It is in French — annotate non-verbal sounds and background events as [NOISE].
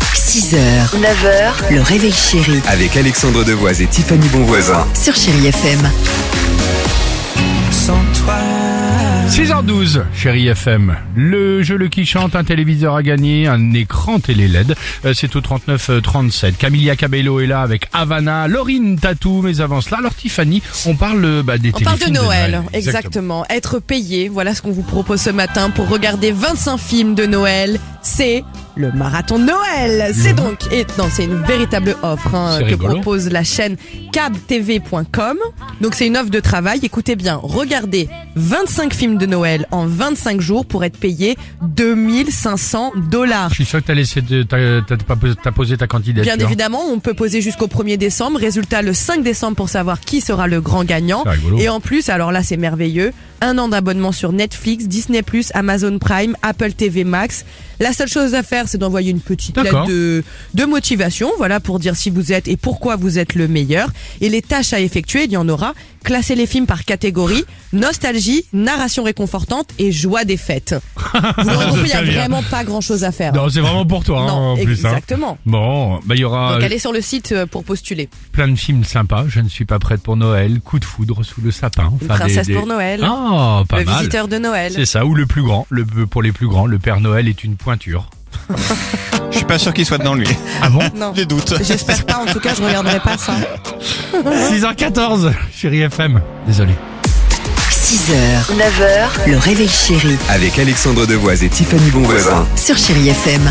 6h, 9h, le réveil chéri Avec Alexandre Devoise et Tiffany Bonvoisin. sur Chéri FM. 6h12, chérie FM. Le jeu Le Qui Chante, un téléviseur à gagner, un écran télé LED. Euh, C'est au 39-37. Camilla Cabello est là avec Havana, Laurine Tatou, mais avant cela, alors Tiffany, on parle euh, bah, des On parle de téléfilms Noël, exactement. Être payé, voilà ce qu'on vous propose ce matin pour regarder 25 films de Noël. C'est le marathon de Noël. C'est donc, et non, c'est une véritable offre hein, C'est que rigolo. propose la chaîne cabtv.com. Donc c'est une offre de travail. Écoutez bien, regardez 25 films de Noël en 25 jours pour être payé 2500 dollars. Je suis sûr que t'as laissé, de- t'as t'as pas posé- t'as posé ta candidature. Bien évidemment, on peut poser jusqu'au 1er décembre. Résultat le 5 décembre pour savoir qui sera le grand gagnant. C'est rigolo. Et en plus, alors là c'est merveilleux, un an d'abonnement sur Netflix, Disney+, Amazon Prime, Apple TV Max. La seule chose à faire, c'est d'envoyer une petite D'accord. lettre de, de motivation, voilà, pour dire si vous êtes et pourquoi vous êtes le meilleur. Et les tâches à effectuer, il y en aura. Classer les films par catégorie, nostalgie, narration réconfortante et joie des fêtes. [LAUGHS] Vous l'aurez compris, il n'y a Très bien. vraiment pas grand chose à faire. Non, c'est vraiment pour toi, hein, Non, en plus. hein. exactement. Bon, bah il y aura Donc allez sur le site euh, pour postuler. plein de films sympas. Je ne suis pas prête pour Noël. Coup de foudre sous le sapin. Une enfin, des- princesse des- pour Noël. Ah, pas le mal. visiteur de C'est Noël. ça, ou le plus grand. Le, pour les plus grands, le Père Noël est une pointure. Je suis pas sûr qu'il soit dedans lui. Ah bon Non. J'ai doute. J'espère pas, en tout cas, je regarderai pas ça. 6h14, chérie FM. Désolé. 6h, 9h, le réveil chéri Avec Alexandre Devoise et Tiffany Bonvoisin. sur Chéri FM.